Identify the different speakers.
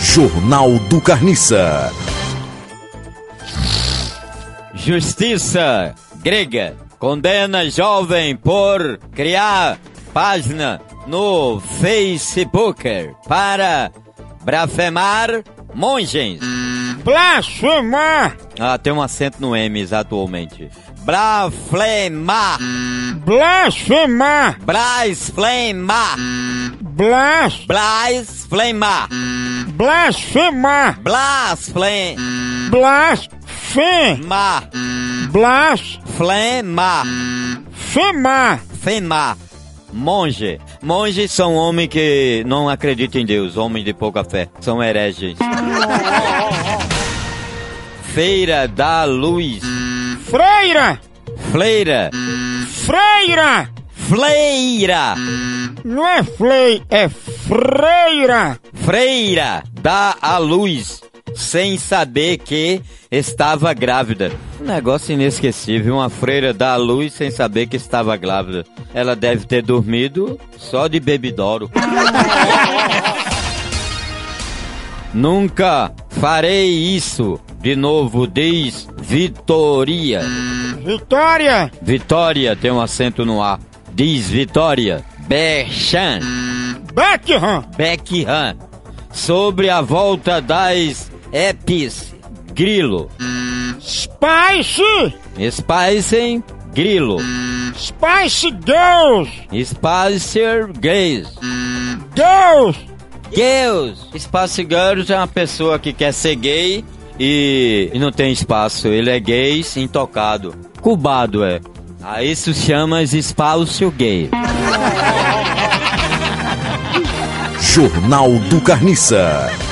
Speaker 1: Jornal do Carniça.
Speaker 2: Justiça grega condena jovem por criar página no Facebook para blasfemar monges.
Speaker 3: Blasfemar!
Speaker 2: Ah, tem um acento no M atualmente. Braflemar!
Speaker 3: Blasfemar!
Speaker 2: Blasflemar!
Speaker 3: Blas!
Speaker 2: Blasflemar!
Speaker 3: Blasfemar!
Speaker 2: Blasflemar!
Speaker 3: Blasfem! Blasfemar!
Speaker 2: Flemar! Femar! Monge. Monges são homens que não acreditam em Deus, homens de pouca fé. São hereges. Feira da Luz.
Speaker 3: Freira!
Speaker 2: Fleira.
Speaker 3: Freira!
Speaker 2: Fleira.
Speaker 3: Não é flei, é freira!
Speaker 2: Freira dá à luz sem saber que estava grávida. Um negócio inesquecível, uma freira dá à luz sem saber que estava grávida. Ela deve ter dormido só de bebidouro. Nunca farei isso de novo, diz Vitoria.
Speaker 3: Vitória!
Speaker 2: Vitória tem um acento no A. Diz Vitória. Bechan.
Speaker 3: Beckham!
Speaker 2: Beckham sobre a volta das Epis Grilo.
Speaker 3: Spice!
Speaker 2: Spicer Grilo.
Speaker 3: Spice Girls!
Speaker 2: Spicer Gays.
Speaker 3: Girls!
Speaker 2: Girls. Espaço Girls é uma pessoa que quer ser gay e, e não tem espaço. Ele é gay, intocado. Cubado é. A isso chama espaço gay.
Speaker 1: Jornal do Carniça.